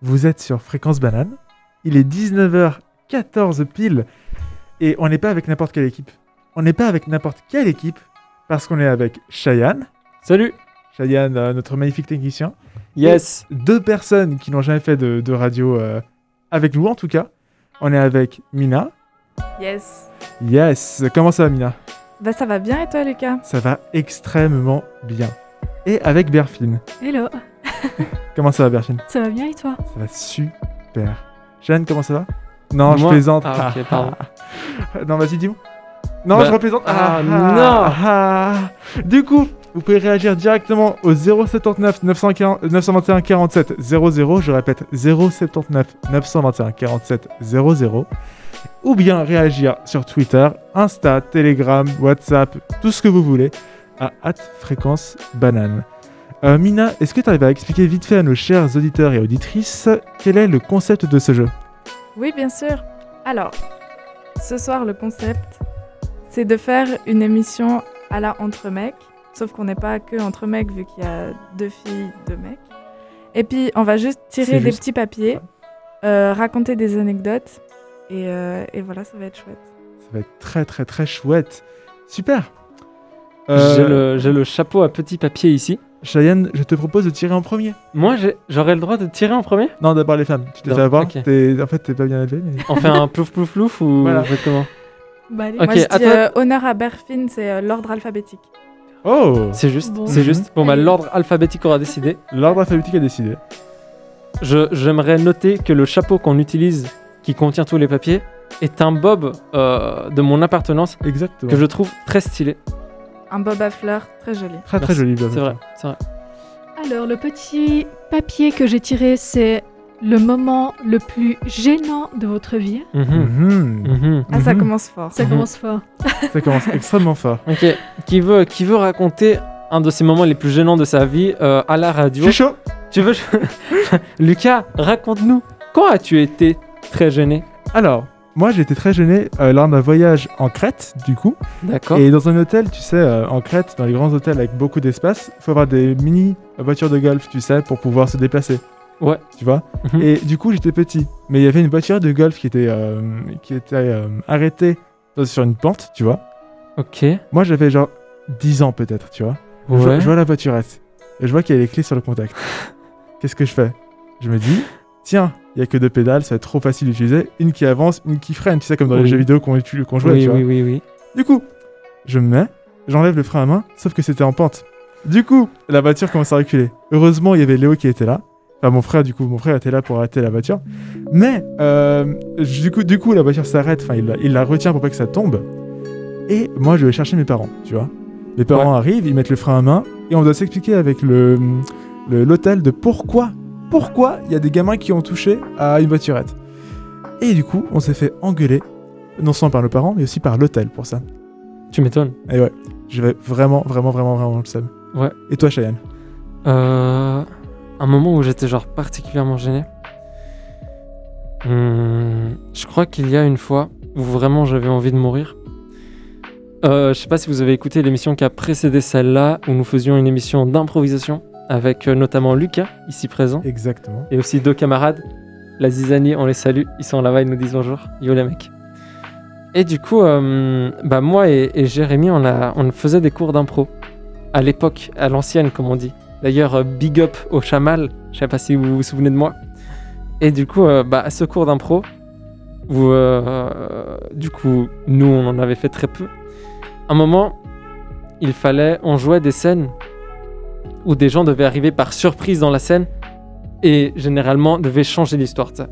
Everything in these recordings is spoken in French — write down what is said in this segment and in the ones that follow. Vous êtes sur Fréquence Banane. Il est 19h14 pile. Et on n'est pas avec n'importe quelle équipe. On n'est pas avec n'importe quelle équipe parce qu'on est avec Cheyenne. Salut Cheyenne, euh, notre magnifique technicien. Yes Deux personnes qui n'ont jamais fait de, de radio euh, avec nous, en tout cas. On est avec Mina. Yes. Yes. Comment ça va, Mina Bah ça va bien et toi Lucas Ça va extrêmement bien. Et avec Berfine. Hello. Comment ça va, Berfine Ça va bien et toi Ça va super. Jeanne, comment ça va Non, je Moi- plaisante. Ah, ok, pardon. non, vas-y, dis-moi. Non, Bah, je replaisante. ah, non. ah. Du coup, vous pouvez réagir directement au 079 940 921 47 00. Je répète, 079 921 47 00. Ou bien réagir sur Twitter, Insta, Telegram, WhatsApp, tout ce que vous voulez à fréquence banane. Euh, Mina, est-ce que tu arrives à expliquer vite fait à nos chers auditeurs et auditrices quel est le concept de ce jeu Oui bien sûr. Alors, ce soir le concept, c'est de faire une émission à la entre mecs, sauf qu'on n'est pas que entre mecs vu qu'il y a deux filles, deux mecs. Et puis on va juste C'est tirer des juste. petits papiers, euh, raconter des anecdotes et, euh, et voilà ça va être chouette. Ça va être très très très chouette. Super. J'ai Euh, le- J'ai le, chapeau à petit papier ici. Cheyenne, je te propose de tirer en premier. Moi, j'ai- j'aurais le droit de tirer en premier Non, d'abord les femmes. Tu t'es Non, fait avoir. ok. t'es- En fait, t'es pas bien élevé. Mais... On fait un plouf plouf plouf ou Voilà. vous faites comment Bah, allez. Ok, Moi je à dis toi. euh, honneur à Berfin, c'est euh, l'ordre alphabétique. Oh C'est juste, Bon. c'est juste. Bon, bah, Allez. l'ordre alphabétique aura décidé. L'ordre alphabétique a décidé. Je- J'aimerais noter que le chapeau qu'on utilise, qui contient tous les papiers, est un bob euh, de mon appartenance Exactement. que je trouve très stylé. Un bob à fleurs très joli. Très très Merci. joli. C'est Blaze. vrai, c'est vrai. Alors, le petit papier que j'ai tiré, c'est le moment le plus gênant de votre vie. Mhm. Mhm. Mhm. Ah ça Mhm. commence fort. Ça Mhm. commence fort. Ça commence extrêmement fort. Ok, qui veut, qui veut raconter un de ses moments les plus gênants de sa vie euh, à la Je radio suis chaud. Tu veux Lucas, raconte-nous, quand as-tu été très gêné Alors, moi, j'ai été très gêné euh, lors d'un voyage en Crète, du coup. D'accord. Et dans un hôtel, tu sais, euh, en Crète, dans les grands hôtels avec beaucoup d'espace, il faut avoir des mini voitures de golf, tu sais, pour pouvoir se déplacer. Ouais. Tu vois Mhm. Et du coup, j'étais petit. Mais il y avait une voiture de golf qui était, euh, qui était euh, arrêtée dans- sur une pente, tu vois. Ok. Moi, j'avais genre 10 ans peut-être, tu vois. Je, vois- Ouais. je vois la voiturette. Et je vois qu'il y a les clés sur le contact. Qu'est-ce que je fais Je me dis, tiens, il n'y a que deux pédales, ça va être trop facile d'utiliser. Une qui avance, une qui freine, tu sais, comme dans les Oui. jeux vidéo qu'on utu- qu'on jouait, oui, tu vois. oui, oui, oui. Du coup, je me mets, j'enlève le frein à main, sauf que c'était en pente. Du coup, la voiture commence à reculer. Heureusement, il y avait Léo qui était là. Enfin, mon frère, du coup, mon frère était là pour arrêter la voiture. Mais, euh, du, coup, du coup, la voiture s'arrête, enfin, il, la- il la retient pour pas que ça tombe. Et moi, je vais chercher mes parents, tu vois. Mes parents arrivent, ils mettent le frein à main, et on doit s'expliquer avec le le- l'hôtel de pourquoi, pourquoi il y a des gamins qui ont touché à une voiturette. Et du coup, on s'est fait engueuler, non seulement par nos parents, mais aussi par l'hôtel pour ça. Tu m'étonnes. Et ouais, je vais vraiment, vraiment, vraiment, vraiment le seum. Ouais. Et toi, Cheyenne Euh, un moment où j'étais genre particulièrement gêné. Hmm, je crois qu'il y a une fois où vraiment j'avais envie de mourir. Euh, je sais pas si vous avez écouté l'émission qui a précédé celle-là, où nous faisions une émission d'improvisation avec euh, notamment Lucas, ici présent. Exactement. et aussi deux camarades. La Zizanie, on les salue, ils sont là-bas, ils nous disent bonjour. Yo les mecs. Et du coup, euh, bah moi et, et Jérémy, on, a, on faisait des cours d'impro. À l'époque, à l'ancienne, comme on dit. D'ailleurs, euh, big up au chamal, je sais pas si vous vous souvenez de moi. Et du coup, euh, bah, à ce cours d'impro, où, euh, du coup, nous, on en avait fait très peu. un moment, il fallait, on jouait des scènes où des gens devaient arriver par surprise dans la scène et généralement devait changer l'histoire de ça.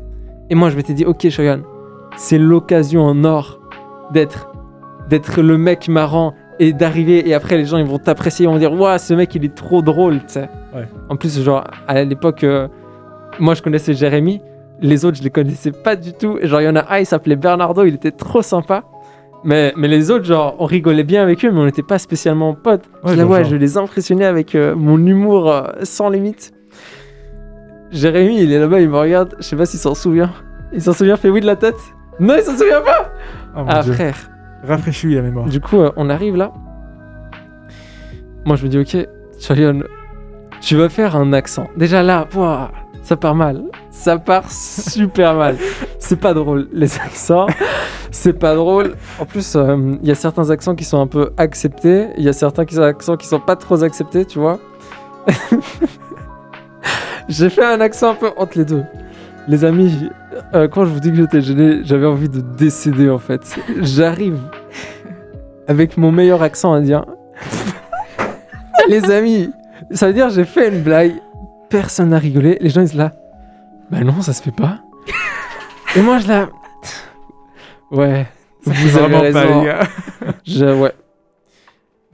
Et moi je m'étais dit ok Shogun, c'est l'occasion en or d'être d'être le mec marrant et d'arriver et après les gens ils vont t'apprécier, ils vont dire waouh ce mec il est trop drôle, tu sais. Ouais. En plus genre à l'époque euh, moi je connaissais Jérémy, les autres je les connaissais pas du tout. Et Genre il y en a un il s'appelait Bernardo, il était trop sympa. Mais, mais les autres, genre, on rigolait bien avec eux, mais on n'était pas spécialement potes. Ouais, je, les genre, vois, genre. je les impressionnais avec euh, mon humour euh, sans limite. Jérémy, il est là-bas, il me regarde. Je sais pas s'il s'en souvient. Il s'en souvient, fait oui de la tête. Non, il s'en souvient pas. Oh mon Ah, Dieu. frère. Rafraîchis la mémoire. Du coup, euh, on arrive là. Moi, je me dis, ok, Chalion, tu vas faire un accent. Déjà là, pouah, ça part mal. ça part super mal. C'est pas drôle, les accents. C'est pas drôle. En plus, euh, il y a certains accents qui sont un peu acceptés. Il y a certains qui- accents qui sont pas trop acceptés, tu vois. J'ai fait un accent un peu entre les deux. Les amis, j- euh, quand je vous dis que j'étais gêné, j'avais envie de décéder en fait. J'arrive avec mon meilleur accent indien. les amis, ça veut dire j'ai fait une blague, personne n'a rigolé, les gens ils sont là. Bah non, ça se fait pas. Et moi je la. Ouais. Vous avez Vraiment pas, raison. les gars. Je- ouais.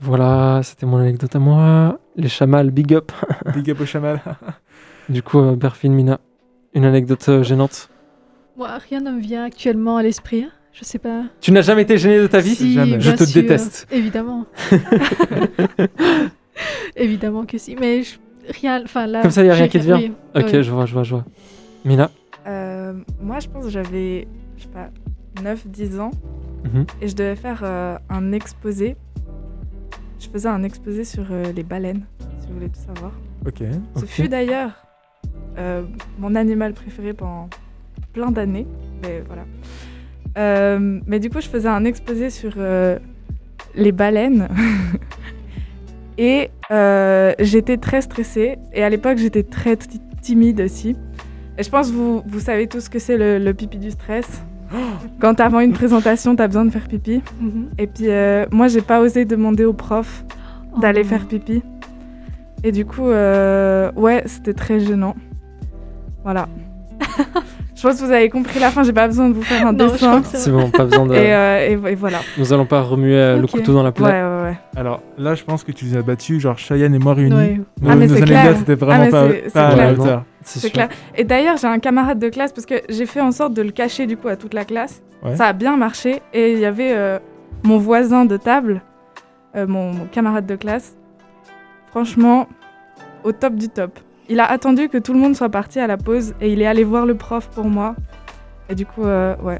Voilà, c'était mon anecdote à moi. Les chamals, big up. Big up au chamal. Du coup, euh, Berfin Mina, une anecdote euh, gênante. Moi, rien ne me vient actuellement à l'esprit. hein. Je sais pas. Tu n'as jamais été gêné de ta vie Si, Jamais. bien Je te sûr, déteste. Évidemment. évidemment que si. Mais je- rien. Enfin là. Comme ça, y a rien j'ai- qui te vient. oui, Ok, oui. je vois, je vois, je vois. Mina, Euh, moi, je pense que j'avais, je sais pas, 9-10 ans Mhm. et je devais faire euh, un exposé. Je faisais un exposé sur euh, les baleines, si vous voulez tout savoir. Ok. Ce Ok. fut d'ailleurs euh, mon animal préféré pendant plein d'années. Mais voilà. Euh, mais du coup, je faisais un exposé sur euh, les baleines. et euh, j'étais très stressée. Et à l'époque, j'étais très ti- timide aussi. Et je pense que vous, vous savez tous ce que c'est le, le pipi du stress. Quand avant une présentation, t'as besoin de faire pipi. Mhm. Et puis euh, moi, j'ai pas osé demander au prof Oh. d'aller faire pipi. Et du coup, euh, ouais, c'était très gênant. Voilà. je pense que vous avez compris la fin, j'ai pas besoin de vous faire un Non, je dessin. crois que ça c'est bon, pas besoin de. Et, euh, et- et voilà. Nous allons pas remuer euh, le Ok. couteau dans la Ouais, plaie. ouais, ouais. Alors là, je pense que tu nous as battus, genre Cheyenne et moi réunis. Ouais. Nos, Ah, mais nos c'est anecdotes clair. étaient vraiment Ah, mais pas, c'est- c'est pas à la clair. hauteur. C'est sûr. clair. Et d'ailleurs, j'ai un camarade de classe parce que j'ai fait en sorte de le cacher du coup à toute la classe. Ouais. Ça a bien marché. Et il y avait euh, mon voisin de table, euh, mon, mon camarade de classe. Franchement, au top du top. Il a attendu que tout le monde soit parti à la pause et il est allé voir le prof pour moi. Et du coup, euh, ouais.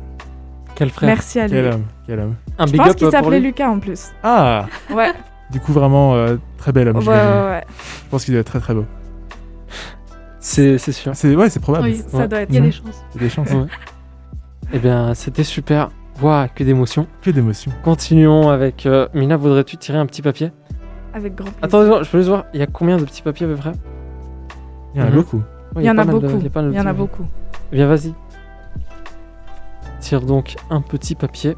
Quel frère Merci à lui. Quel homme, quel homme. Un Je big pense up qu'il euh, pour s'appelait lui. Lucas en plus. Ah Ouais, Du coup, vraiment euh, très bel homme. ouais, ouais, j'imagine. ouais. Je pense qu'il doit être très très beau. C'est c'est sûr. C'est, ouais, c'est probable. Oui. Ça Ouais. doit être Il y a ça. des chances. Il y a des chances. Ouais. Eh bien, c'était super. Waouh, que d'émotion. Que d'émotion. Continuons avec. euh, Mina, voudrais-tu tirer un petit papier Avec grand plaisir. Attends, je peux juste voir, il y a combien de petits papiers à peu près Il y en a Mhm. beaucoup. Ouais, il y en pas a mal de- beaucoup. pas mal Il de y en a petits beaucoup. papiers. Bien, vas-y. Tire donc un petit papier.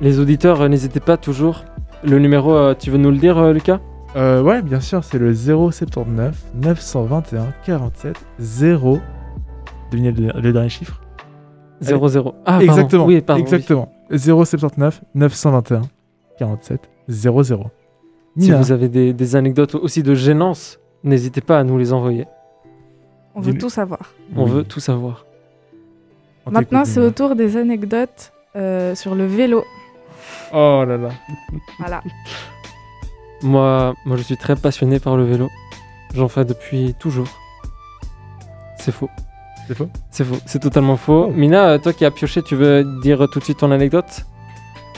Les auditeurs, euh, n'hésitez pas toujours. Le numéro, euh, tu veux nous le dire, euh, Lucas Euh, ouais, bien sûr, c'est le 079 921 47 0. Devinez le, le dernier chiffre 00. Ah, pardon. Exactement. Oui, pardon. oui. exactement. 079 921 47 00. Si Nina, vous avez des, des anecdotes aussi de gênance, n'hésitez pas à nous les envoyer. On veut Dis- tout savoir. On Oui, veut tout savoir. on t'écoute, Maintenant, c'est Nina. au tour des anecdotes euh, sur le vélo. Oh là là. Voilà. Moi, moi, je suis très passionné par le vélo. J'en fais depuis toujours. C'est faux. C'est faux Oh. C'est faux, c'est totalement faux. Mina, euh, toi qui as pioché, tu veux dire tout de suite ton anecdote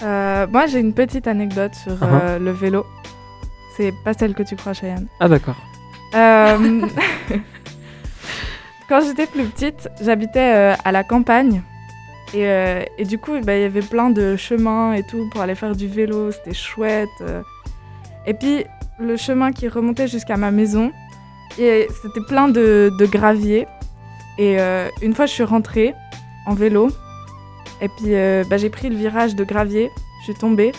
Euh, moi, j'ai une petite anecdote sur Ah euh, le vélo. C'est pas celle que tu crois, Cheyenne. Ah d'accord. Euh, Quand j'étais plus petite, j'habitais euh, à la campagne. Et, euh, et du coup, bah, il y avait plein de chemins et tout pour aller faire du vélo. C'était chouette. euh. Et puis, le chemin qui remontait jusqu'à ma maison, et c'était plein de, de gravier. Et euh, une fois, je suis rentrée en vélo. Et puis, euh, bah, j'ai pris le virage de gravier. Je suis tombée.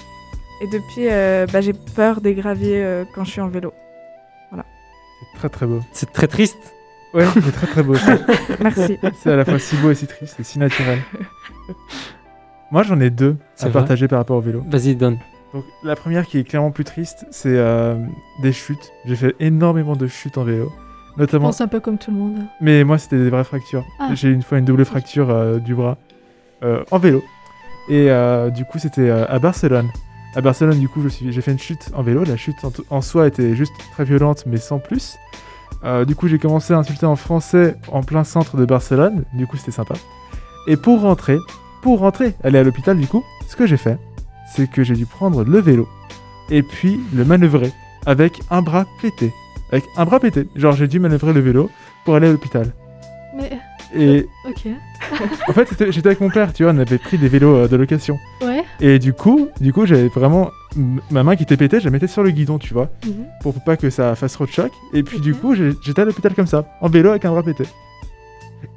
Et depuis, euh, bah, j'ai peur des graviers euh, quand je suis en vélo. C'est très très beau. C'est très triste. Ouais, c'est très très beau. C'est- Merci. C'est à la fois si beau et si triste et si naturel. Moi, j'en ai deux C'est à vrai partager par rapport au vélo. Vas-y, donne. Donc la première qui est clairement plus triste, c'est euh, des chutes. J'ai fait énormément de chutes en vélo, Je notamment. pense un peu comme tout le monde. Mais moi, c'était des vraies fractures. Ah. J'ai une fois une double fracture euh, du bras euh, en vélo. Et euh, du coup, c'était euh, à Barcelone. À Barcelone, du coup, je suis- j'ai fait une chute en vélo. La chute en, t- en soi était juste très violente, mais sans plus. Euh, du coup, j'ai commencé à insulter en français en plein centre de Barcelone. Du coup, c'était sympa. Et pour rentrer, pour rentrer, aller à l'hôpital, du coup, ce que j'ai fait, c'est que j'ai dû prendre le vélo et puis le manœuvrer avec un bras pété. Avec un bras pété. Genre, j'ai dû manœuvrer le vélo pour aller à l'hôpital. Mais Et ok. en fait, c'était- j'étais avec mon père, tu vois, on avait pris des vélos euh, de location. Ouais. Et du coup, du coup, j'avais vraiment m- ma main qui était pétée, je la mettais sur le guidon, tu vois, Mhm. pour pas que ça fasse trop de choc. Et puis du Ok. coup, j'ai- j'étais à l'hôpital comme ça, en vélo avec un bras pété.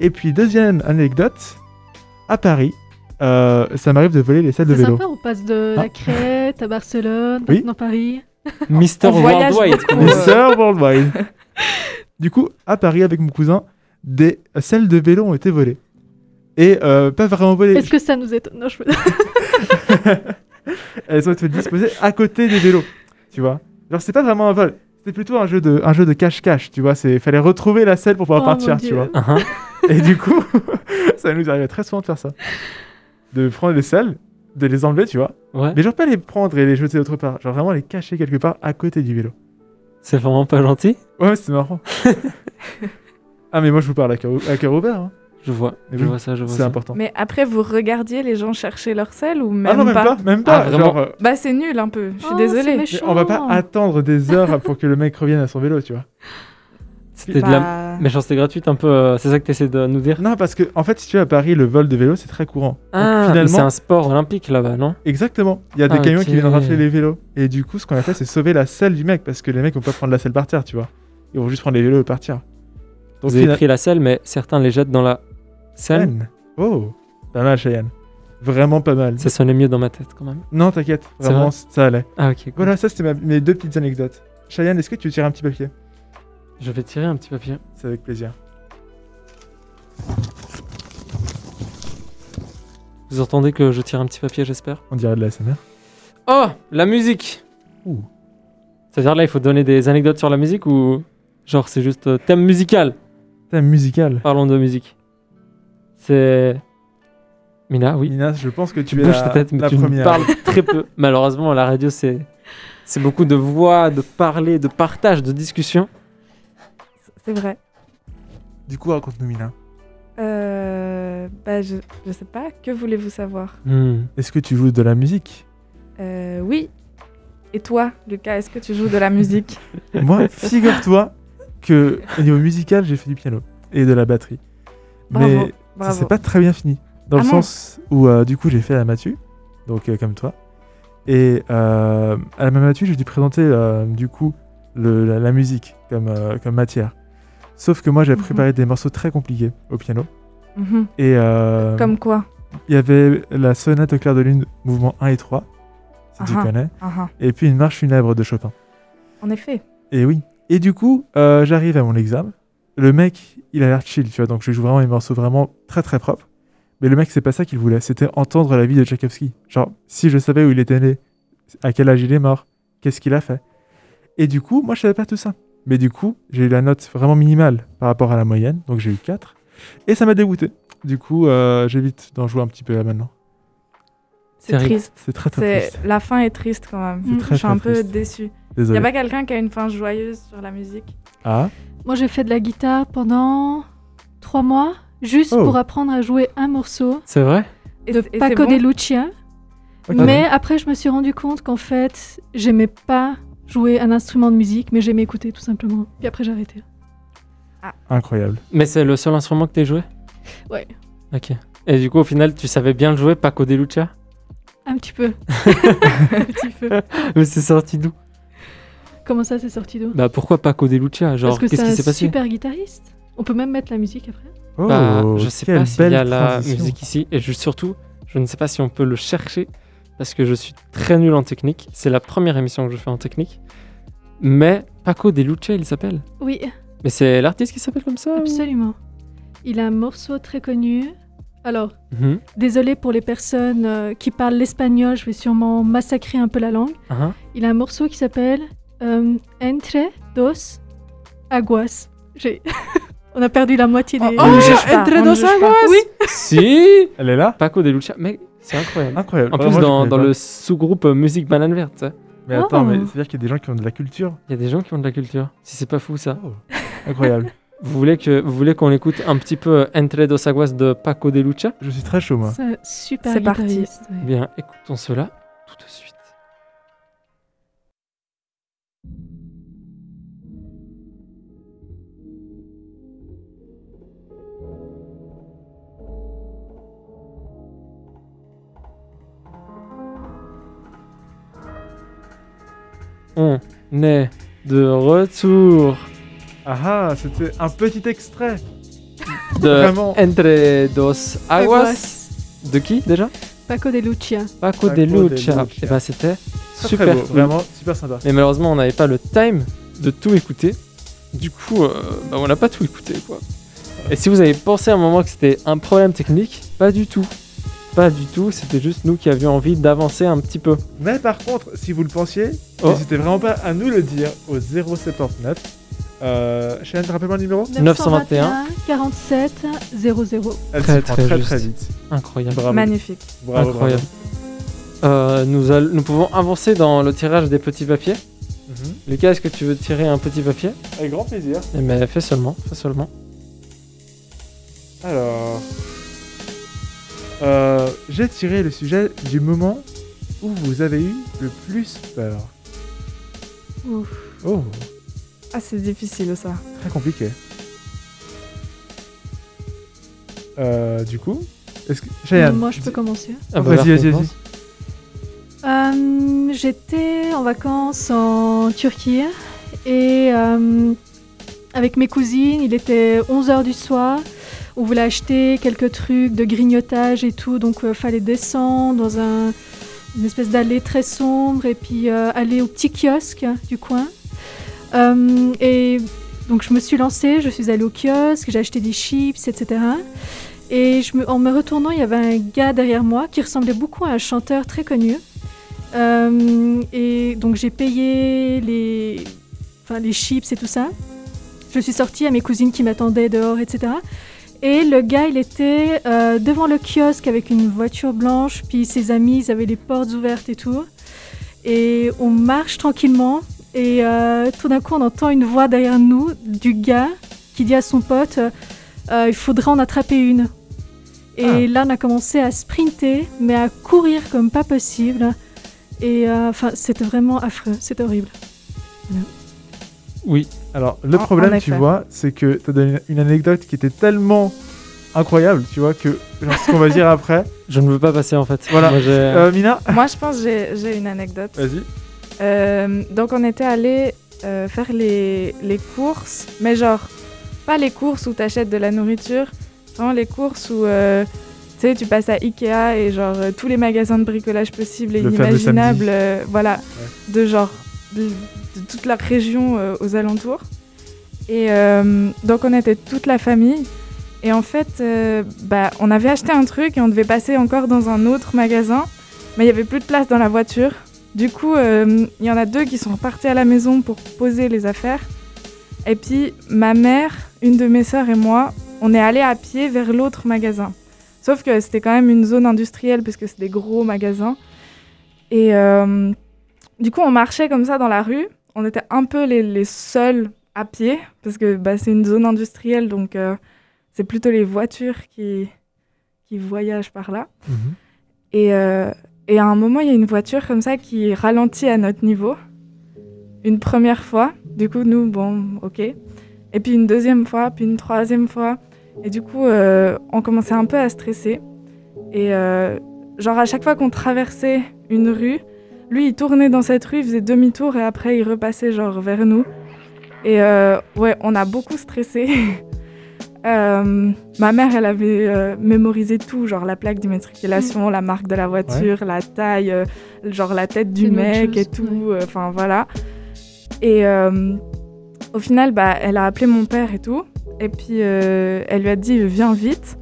Et puis deuxième anecdote, à Paris, euh, ça m'arrive de voler les salles de C'est vélo. sympa, on passe de Ah. la Crète à Barcelone, Oui. maintenant Paris. Mister On voyage Worldwide. beaucoup. qu'on dit. Les sœurs worldwide. du coup, à Paris avec mon cousin, des salles de vélo ont été volées. Et euh, pas vraiment volées, Est-ce que ça nous étonne Non, je peux- elles ont été disposées à côté des vélos, tu vois. Genre c'est pas vraiment un vol, c'était plutôt un jeu de un jeu de cache-cache, tu vois. C'est fallait retrouver la selle pour pouvoir Oh, mon partir, tu Dieu. vois. Ah, hein. Et du coup, ça nous arrivait très souvent de faire ça, de prendre les selles, de les enlever, tu vois. Ouais, Mais genre pas les prendre et les jeter autre part, genre vraiment les cacher quelque part à côté du vélo. c'est vraiment pas gentil. Ouais, c'est marrant. ah mais moi je vous parle à cœur, à cœur ouvert. hein. Je vois, Mais je oui, vois ça, je vois C'est ça. important. Mais après, vous regardiez les gens chercher leur selle ou même, ah non, même pas, même pas. Ah, genre, vraiment. euh, Bah, c'est nul un peu, je suis Oh, c'est désolée. méchant. on va pas attendre des heures pour que le mec revienne à son vélo, tu vois. C'était de la Bah, méchanceté gratuite un peu. euh, C'est ça que tu essaies de nous dire Non, parce que en fait, si tu es à Paris, le vol de vélo c'est très courant. Donc, Ah, mais c'est finalement, un sport olympique là-bas, non exactement. Il y a des Ah, camions qui ok. viennent rafler les vélos. Et du coup, ce qu'on a fait, c'est sauver la selle du mec parce que les mecs vont pas prendre la selle par terre, tu vois. Ils vont juste prendre les vélos et partir. Donc Vous avez fina- pris la selle, mais certains les jettent dans la Seine. Cheyenne. Oh, pas mal, Cheyenne. Vraiment pas mal. Ça sonnait mieux dans ma tête quand même. Non, t'inquiète, C'est vraiment, vrai. ça allait. Ah, ok. cool. Voilà, ça c'était ma- mes deux petites anecdotes. Cheyenne, est-ce que tu veux tirer un petit papier Je vais tirer un petit papier. C'est avec plaisir. Vous entendez que je tire un petit papier, j'espère On dirait de la SMR. Oh, la musique Ouh. C'est-à-dire là, il faut donner des anecdotes sur la musique ou. Genre, c'est juste euh, thème musical Thème musical. Parlons de musique. C'est. Mina, oui. Nina, je pense que tu, es bouges la, ta tête, mais la tu ne première. parles très peu. Malheureusement, à la radio, c'est c'est beaucoup de voix, de parler, de partage, de discussion. c'est vrai. Du coup, raconte-nous, Mina. Euh, bah, je, je sais pas, que voulez-vous savoir Hmm. Est-ce que tu joues de la musique Euh, Oui. Et toi, Lucas, est-ce que tu joues de la musique Moi, figure-toi que au niveau musical, j'ai fait du piano et de la batterie. Bravo, Mais ça Bravo. s'est pas très bien fini. Dans Ah le mince. sens où, euh, du coup, j'ai fait la matu, donc euh, comme toi. Et euh, à la matu, j'ai dû présenter, euh, du coup, le- la, la musique comme, euh, comme matière. Sauf que moi, j'avais Mhm. préparé des morceaux très compliqués au piano. Mhm. Et euh, Comme quoi il y avait la sonate au clair de lune, mouvement 1 et 3, si tu Ah ah. connais. Ah ah. Et puis une marche funèbre de Chopin. En effet. Et oui. Et du coup, euh, j'arrive à mon examen. Le mec, il a l'air chill, tu vois, donc je joue vraiment mes morceaux vraiment très très propres. Mais le mec, c'est pas ça qu'il voulait, c'était entendre la vie de Tchaïkovski. Genre, si je savais où il était né, à quel âge il est mort, qu'est-ce qu'il a fait. Et du coup, moi, je savais pas tout ça. Mais du coup, j'ai eu la note vraiment minimale par rapport à la moyenne, donc j'ai eu 4. Et ça m'a dégoûté. Du coup, euh, j'évite d'en jouer un petit peu là maintenant. C'est C'est triste. C'est très très C'est triste. la fin est triste quand même. Mhm. C'est très, je suis très un peu triste. déçue. Il y Désolé. a pas quelqu'un qui a une fin joyeuse sur la musique Ah, Moi, j'ai fait de la guitare pendant trois mois, juste Oh. pour apprendre à jouer un morceau C'est vrai Et de c'est- et c'est Paco bon de Lucia. ok. Mais après, je me suis rendu compte qu'en fait, j'aimais pas jouer un instrument de musique, mais j'aimais écouter tout simplement. Puis après, j'ai arrêté. incroyable. Mais c'est le seul instrument que t'aies joué Ouais. Ok. Et du coup, au final, tu savais bien le jouer, Paco de Lucia Un petit peu. un petit peu. Mais c'est sorti d'où Comment ça, c'est sorti d'où Bah pourquoi Paco de Lucia Genre, Parce que qu'est-ce qui c'est s'est un passé super guitariste. On peut même mettre la musique après. Oh, Bah, je sais quelle pas s'il y a belle la transition. musique ici. Et je- surtout, je ne sais pas si on peut le chercher parce que je suis très nul en technique. C'est la première émission que je fais en technique. Mais Paco de Lucia, il s'appelle. Oui, Mais c'est l'artiste qui s'appelle comme ça ou- absolument. Il a un morceau très connu. Alors, Mhm. désolé pour les personnes euh, qui parlent l'espagnol, je vais sûrement massacrer un peu la langue. Hein Il a un morceau qui s'appelle euh, Entre dos aguas. J'ai- On a perdu la moitié des. On ne juge pas, Oh, on ne juge pas. Oui. si Elle est là Paco de Lucia, mec, c'est incroyable. Incroyable. En Ouais, plus, Ah, bah, moi, je dans, connais dans pas. le sous-groupe euh, musique banane verte, hein. Mais attends, Oh. mais c'est-à-dire qu'il y a des gens qui ont de la culture. Oh, il y a des gens qui ont de la culture. Si c'est pas fou ça. Incroyable. Vous voulez que vous voulez qu'on écoute un petit peu euh, Entre dos aguas de Paco de Lucia Je suis très chaud, moi. C'est un super C'est parti. guitariste. ouais. Bien, écoutons cela tout de suite. On est de retour Ah ah, c'était un petit extrait. de Vraiment. Entre dos Aguas. De qui déjà Paco de Lucia. Paco Paco de de Lucia. Lucia. Et bah c'était Très, super très beau, cool. vraiment super sympa. Mais malheureusement, on n'avait pas le time de tout écouter. Du coup, euh, bah, on n'a pas tout écouté, quoi. Et si vous avez pensé à un moment que c'était un problème technique, pas du tout. Pas du tout, c'était juste nous qui avions envie d'avancer un petit peu. Mais par contre, si vous le pensiez, Oh. n'hésitez vraiment pas à nous le dire au 079. Euh, Shannon, te rappelles-moi le numéro 921, 47 00. Elle Très, s'y prend très très, juste. très vite. Incroyable. Bravo. Magnifique. bravo, Incroyable. Euh, nous, all- nous pouvons avancer dans le tirage des petits papiers. bravo. Mhm. Lucas, est-ce que tu veux tirer un petit papier Avec grand plaisir. Eh ben, fais seulement, fais seulement. Alors, euh, j'ai tiré le sujet du moment où vous avez eu le plus peur. Ouf. Oh, Ah, c'est difficile ça. très compliqué. Euh, du coup, est-ce que Cheyenne, Moi, je peux commencer. Ah bah, Vas-y, vas-y, Bertrand, vas-y. Euh, J'étais en vacances en Turquie et euh, avec mes cousines, il était 11h du soir. On voulait acheter quelques trucs de grignotage et tout, donc euh, fallait descendre dans un- une espèce d'allée très sombre et puis euh, aller au petit kiosque du coin. Euh, et donc je me suis lancée, je suis allée au kiosque, j'ai acheté des chips, etc. Et je me- en me retournant, il y avait un gars derrière moi qui ressemblait beaucoup à un chanteur très connu. Euh, et donc j'ai payé les, enfin, les chips et tout ça. Je suis sortie à mes cousines qui m'attendaient dehors, etc. Et le gars, il était euh, devant le kiosque avec une voiture blanche, puis ses amis, ils avaient les portes ouvertes et tout. Et on marche tranquillement, et euh, tout d'un coup, on entend une voix derrière nous du gars qui dit à son pote euh, Il faudra en attraper une. Et Ah. là, on a commencé à sprinter, mais à courir comme pas possible. Et euh, enfin, c'était vraiment affreux, c'était horrible. Oui, Alors, le En- en problème, tu effet. vois, c'est que t'as donné une anecdote qui était tellement incroyable, tu vois, que genre, ce qu'on va dire après. je ne veux pas passer en fait. Voilà. Moi, j'ai- Euh, Mina, Moi, je pense que j'ai j'ai une anecdote. vas-y. Euh, donc on était allé euh, faire les, les courses, mais genre pas les courses où t'achètes de la nourriture, vraiment les courses où euh, tu sais tu passes à Ikea et genre euh, tous les magasins de bricolage possibles et Le fameux inimaginables, samedi. euh, voilà, de genre de, de toute la région euh, aux alentours. Et euh, donc on était toute la famille. Et en fait, euh, bah, on avait acheté un truc et on devait passer encore dans un autre magasin, mais il y avait plus de place dans la voiture. Du coup, euh, il y en a deux qui sont repartis à la maison pour poser les affaires. Et puis, ma mère, une de mes sœurs et moi, on est allés à pied vers l'autre magasin. Sauf que c'était quand même une zone industrielle parce que c'est des gros magasins. Et euh, du coup, on marchait comme ça dans la rue. On était un peu les, les seuls à pied parce que bah, c'est une zone industrielle, donc euh, c'est plutôt les voitures qui, qui voyagent par là. Et, euh, et à un moment, il y a une voiture comme ça qui ralentit à notre niveau. Une première fois. Du coup, nous, bon, ok. Et puis une deuxième fois, puis une troisième fois. Et du coup, euh, on commençait un peu à stresser. Et euh, genre, à chaque fois qu'on traversait une rue, lui, il tournait dans cette rue, il faisait demi-tour et après, il repassait genre vers nous. Et euh, ouais, on a beaucoup stressé. Euh, ma mère, elle avait euh, mémorisé tout, genre la plaque d'immatriculation, la marque de la voiture, la taille, euh, genre la tête du Tellement de mec et choses, tout. euh, Enfin voilà. Et euh, au final, bah, elle a appelé mon père et tout. Et puis euh, elle lui a dit viens vite.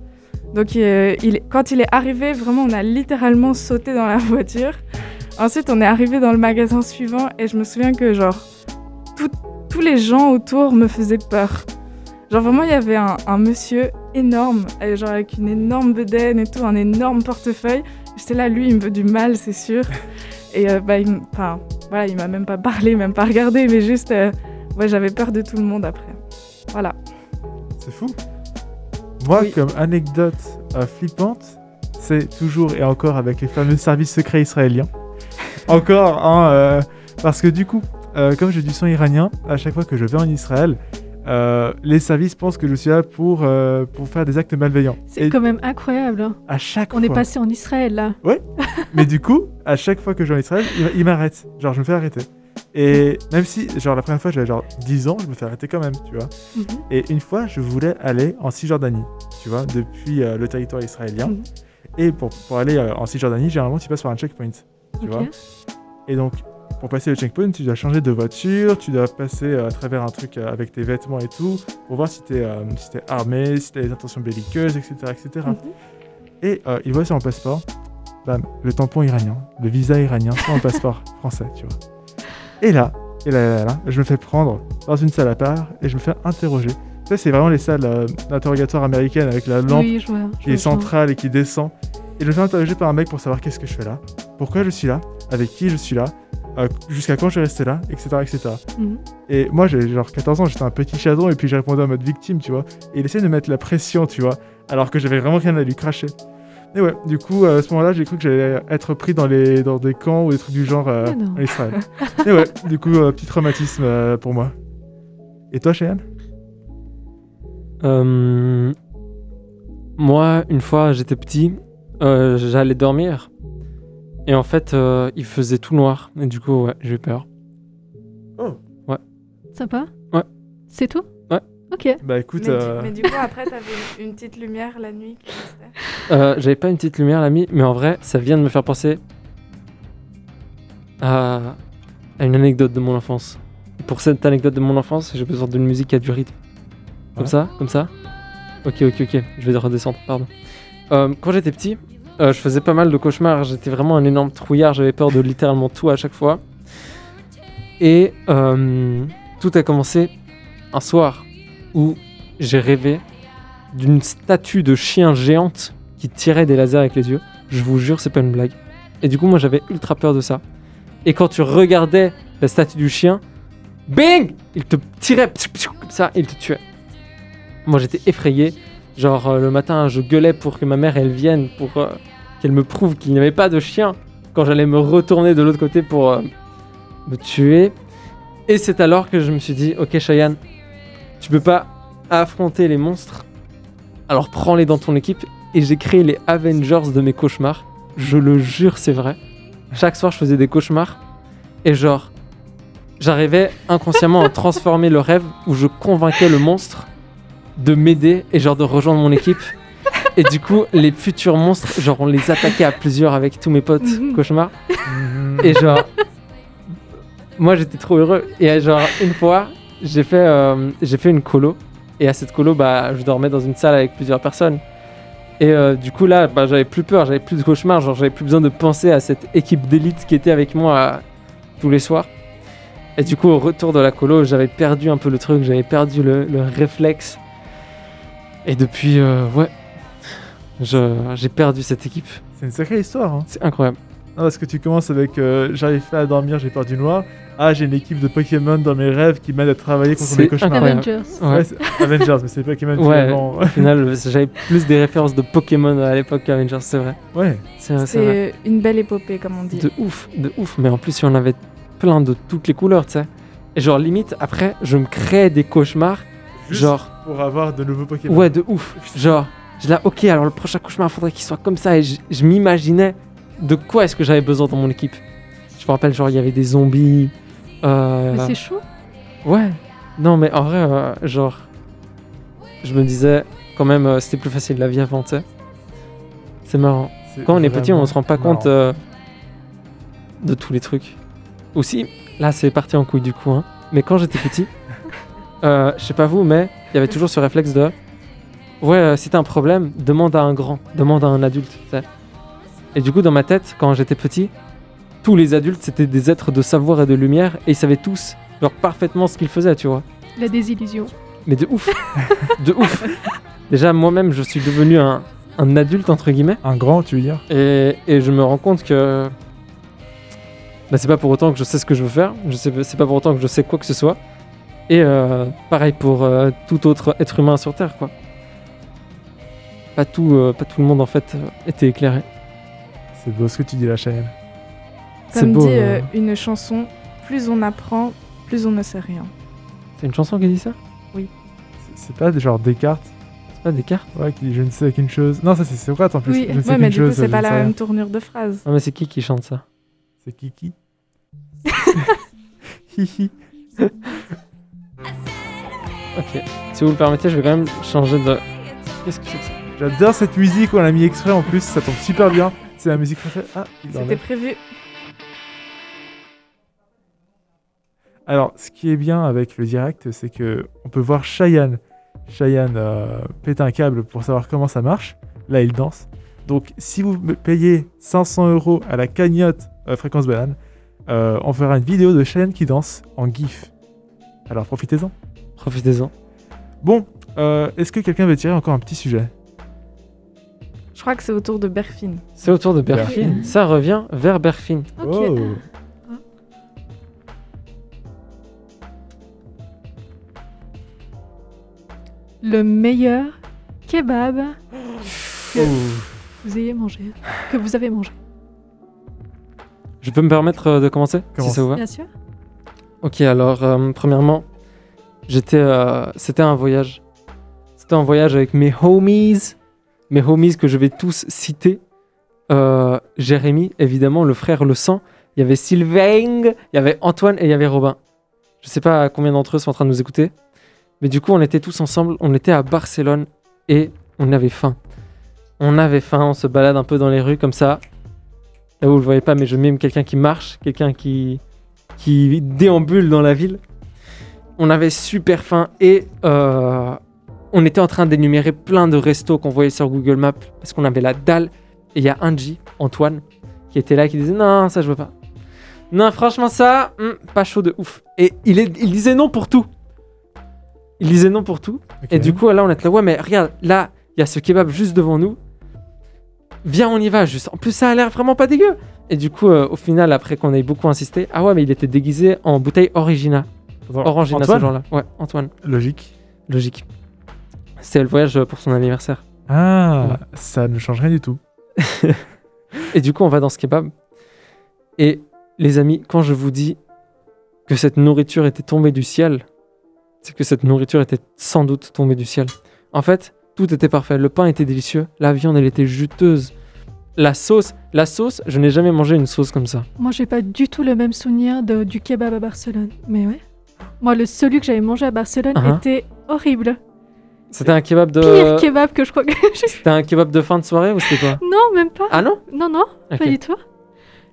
Donc euh, il, quand il est arrivé, vraiment, on a littéralement sauté dans la voiture. Ensuite, on est arrivé dans le magasin suivant et je me souviens que genre tout- tous les gens autour me faisaient peur. Genre vraiment, il y avait un, un monsieur énorme, euh, genre avec une énorme bedaine et tout, un énorme portefeuille. J'étais là, lui, il me veut du mal, c'est sûr. Et euh, bah, il, m- enfin, voilà, il m'a même pas parlé, même pas regardé, mais juste, euh, ouais, j'avais peur de tout le monde après. Voilà. C'est fou. Moi, Oui. comme anecdote euh, flippante, c'est toujours et encore avec les fameux services secrets israéliens. Encore, hein, euh, parce que du coup, euh, comme j'ai du sang iranien, à chaque fois que je vais en Israël, euh, les services pensent que je suis là pour, euh, pour faire des actes malveillants. C'est Et quand même incroyable. hein. à chaque On est fois. passé en Israël là. Mais du coup, à chaque fois que je vais en Israël, il, il m'arrête. Genre, je me fais arrêter. Et même si, genre, la première fois, j'avais genre 10 ans, je me suis arrêté quand même, tu vois. Mhm. Et une fois, je voulais aller en Cisjordanie, tu vois, depuis euh, le territoire israélien. Mhm. Et pour, pour aller euh, en Cisjordanie, généralement, tu passes par un checkpoint, tu Ok. vois. Et donc, pour passer le checkpoint, tu dois changer de voiture, tu dois passer euh, à travers un truc euh, avec tes vêtements et tout, pour voir si t'es euh, si t'es armé, si t'as des intentions belliqueuses, etc. etc. Mhm. Et euh, il voit sur mon passeport, bam, le tampon iranien, le visa iranien sur mon passeport français, tu vois. Et là, et là, là, là, là, je me fais prendre dans une salle à part et je me fais interroger. Ça, c'est vraiment les salles euh, d'interrogatoire américaines avec la lampe Oui, je vois. qui est je vois, je vois. centrale et qui descend. Et je me fais interroger par un mec pour savoir qu'est-ce que je fais là, pourquoi je suis là, avec qui je suis là, euh, jusqu'à quand je vais rester là, etc. etc. Mhm. Et moi, j'ai genre 14 ans, j'étais un petit chadon, et puis j'ai répondu en mode victime, tu vois. Et il essayait de mettre la pression, tu vois, alors que j'avais vraiment rien à lui cracher. Et ouais, du coup, euh, à ce moment-là, j'ai cru que j'allais être pris dans, les, dans des camps ou des trucs du genre euh, Mais Ah non. en Israël. et ouais, du coup, euh, petit traumatisme euh, pour moi. Et toi, Cheyenne Euh, moi, une fois, j'étais petit, euh, j'allais dormir. Et en fait, euh, il faisait tout noir. Et du coup, ouais, j'ai eu peur. Sympa Ouais. C'est tout Ouais. Ok. Bah écoute, mais, euh, du, mais du coup, après, t'avais une, une petite lumière la nuit qui restait. Euh, J'avais pas une petite lumière, l'ami, mais en vrai, ça vient de me faire penser à, à une anecdote de mon enfance. Et pour cette anecdote de mon enfance, j'ai besoin d'une musique qui a du rythme. Comme Ouais. ça, comme ça. Ok, ok, ok, je vais redescendre, pardon. Euh, quand j'étais petit, euh, je faisais pas mal de cauchemars, j'étais vraiment un énorme trouillard, j'avais peur de littéralement tout à chaque fois. Et euh, tout a commencé un soir où j'ai rêvé d'une statue de chien géante qui tirait des lasers avec les yeux. Je vous jure, c'est pas une blague. Et du coup, moi, j'avais ultra peur de ça. Et quand tu regardais la statue du chien, bing Il te tirait psiou, psiou, comme ça, il te tuait. Moi, j'étais effrayé. Genre, euh, le matin, je gueulais pour que ma mère, elle vienne, pour euh, qu'elle me prouve qu'il n'y avait pas de chien. Quand j'allais me retourner de l'autre côté pour euh, me tuer. Et c'est alors que je me suis dit, ok, Cheyenne, tu peux pas affronter les monstres. Alors prends-les dans ton équipe et j'ai créé les Avengers de mes cauchemars. Je le jure, c'est vrai. Chaque soir, je faisais des cauchemars. Et genre, j'arrivais inconsciemment à transformer le rêve où je convainquais le monstre de m'aider et genre de rejoindre mon équipe. Et du coup, les futurs monstres, genre, on les attaquait à plusieurs avec tous mes potes Mhm. cauchemars. euh, Et genre, moi j'étais trop heureux. Et euh, genre, une fois, j'ai fait, euh, j'ai fait une colo. Et à cette colo, bah, je dormais dans une salle avec plusieurs personnes. Et euh, du coup, là, bah, j'avais plus peur, j'avais plus de cauchemar, genre, j'avais plus besoin de penser à cette équipe d'élite qui était avec moi euh, tous les soirs. Et du coup, au retour de la colo, j'avais perdu un peu le truc, j'avais perdu le, le réflexe. Et depuis, euh, ouais, je- j'ai perdu cette équipe. c'est une sacrée histoire, hein. C'est incroyable. Non, parce que tu commences avec euh, j'arrive pas à dormir, j'ai peur du noir. Ah, j'ai une équipe de Pokémon dans mes rêves qui m'aide à travailler contre C'est mes cauchemars. incroyable. Avengers. Ouais, c'est- Avengers, mais c'est Pokémon Ouais. finalement. Au final, j'avais plus des références de Pokémon à l'époque qu'Avengers, c'est vrai. Ouais. C'est c'est vrai. C'est une belle épopée, comme on dit. De ouf, de ouf. Mais en plus, il y en avait plein de toutes les couleurs, tu sais. Et genre, limite, après, je me créais des cauchemars. Juste genre, Pour avoir de nouveaux Pokémon. ouais, de ouf. Genre, je là, ok, alors le prochain cauchemar, faudrait qu'il soit comme ça. Et je, je m'imaginais de quoi est-ce que j'avais besoin dans mon équipe. Je me rappelle, genre, il y avait des zombies. euh, Mais c'est chaud. Ouais. Non, mais en vrai, euh, genre, je me disais quand même, euh, c'était plus facile la vie avant, tu sais. C'est marrant. C'est Quand on est petit, vraiment on se rend pas marrant. compte euh, de tous les trucs. Aussi, là, c'est parti en couille du coup. hein. Mais quand j'étais petit, euh, je sais pas vous, mais il y avait toujours ce réflexe de ouais, euh, si t'as un problème, demande à un grand, demande à un adulte. tu sais. Et du coup, dans ma tête, quand j'étais petit, tous les adultes c'était des êtres de savoir et de lumière et ils savaient tous genre parfaitement ce qu'ils faisaient, tu vois. La désillusion. Mais de ouf, de ouf. Déjà, moi-même, je suis devenu un- un adulte entre guillemets. Un grand, tu veux dire Et, et je me rends compte que bah, c'est pas pour autant que je sais ce que je veux faire, je sais, c'est pas pour autant que je sais quoi que ce soit. Et euh, pareil pour euh, tout autre être humain sur Terre, quoi. Pas tout, euh, pas tout le monde en fait euh, était éclairé. C'est beau ce que tu dis, la chaîne. C'est Comme beau. dit euh, euh, une chanson, plus on apprend, plus on ne sait rien. C'est une chanson qui dit ça C'est pas des- genre Descartes C'est pas des cartes Ouais, qui dit je ne sais qu'une chose. Non, ça c'est Socrate en plus. Oui. Je ne sais Ouais, qu'une mais du coup, chose, je c'est ne pas sais la rien. même tournure de phrase. Non mais c'est qui qui chante ça C'est Kiki. Hihi. Ok. Si vous le permettez, je vais quand même changer de. Qu'est-ce que c'est que ça J'adore cette musique, on l'a mis exprès en plus, ça tombe super bien. C'est la musique préférée. Ah, il C'était l'enlève. prévu. Alors, ce qui est bien avec le direct, c'est que on peut voir Cheyenne. Cheyenne euh, pète un câble pour savoir comment ça marche. Là, il danse. Donc, si vous me payez 500 euros à la cagnotte euh, Fréquence Banane, euh, on fera une vidéo de Cheyenne qui danse en GIF. Alors, profitez-en. Profitez-en. Bon, euh, est-ce que quelqu'un veut tirer encore un petit sujet Je crois que c'est autour de Berfin. C'est au tour de Berfin. Ça revient vers Berfin. Ok. Oh. Le meilleur kebab Oh. que vous ayez mangé, que vous avez mangé. Je peux me permettre euh, de commencer Commence. Si ça vous va Bien sûr. Ok, alors, euh, premièrement, j'étais. euh, C'était un voyage. C'était un voyage avec mes homies. Mes homies que je vais tous citer. Euh, Jérémy, évidemment, le frère Le Sang. Il y avait Sylvain, il y avait Antoine et il y avait Robin. Je sais pas combien d'entre eux sont en train de nous écouter. Mais du coup, on était tous ensemble. On était à Barcelone et on avait faim. On avait faim, on se balade un peu dans les rues comme ça. Là, vous le voyez pas, mais je mime quelqu'un qui marche, quelqu'un qui, qui déambule dans la ville. On avait super faim et euh, on était en train d'énumérer plein de restos qu'on voyait sur Google Maps parce qu'on avait la dalle. Et il y a Angie, Antoine, qui était là, qui disait non, ça je veux pas. Non, franchement, ça, hmm, pas chaud de ouf. Et il, est- il disait non pour tout. Il disait non pour tout. Ok. Et du coup, là, on est là, ouais, mais regarde, là, il y a ce kebab juste devant nous. Viens, on y va, juste. En plus, ça a l'air vraiment pas dégueu. Et du coup, euh, au final, après qu'on ait beaucoup insisté, ah ouais, mais il était déguisé en bouteille Orangina. Attends, Orangina, Antoine ce genre-là. Ouais, Antoine. Logique. Logique. C'était le voyage pour son anniversaire. Ah, ça ne change rien du tout. Et du coup, on va dans ce kebab. Et les amis, quand je vous dis que cette nourriture était tombée du ciel, c'est que cette nourriture était sans doute tombée du ciel. En fait, tout était parfait. Le pain était délicieux, la viande, elle était juteuse. La sauce, la sauce, je n'ai jamais mangé une sauce comme ça. Moi, j'ai pas du tout le même souvenir de- du kebab à Barcelone. Mais ouais. Moi, le celui que j'avais mangé à Barcelone Ah. Euh, était horrible. C'était un kebab Pire de. kebab que je crois que j'ai- C'était un kebab de fin de soirée ou c'était quoi Non, même pas. Ah non Non, non, Ok. pas du tout.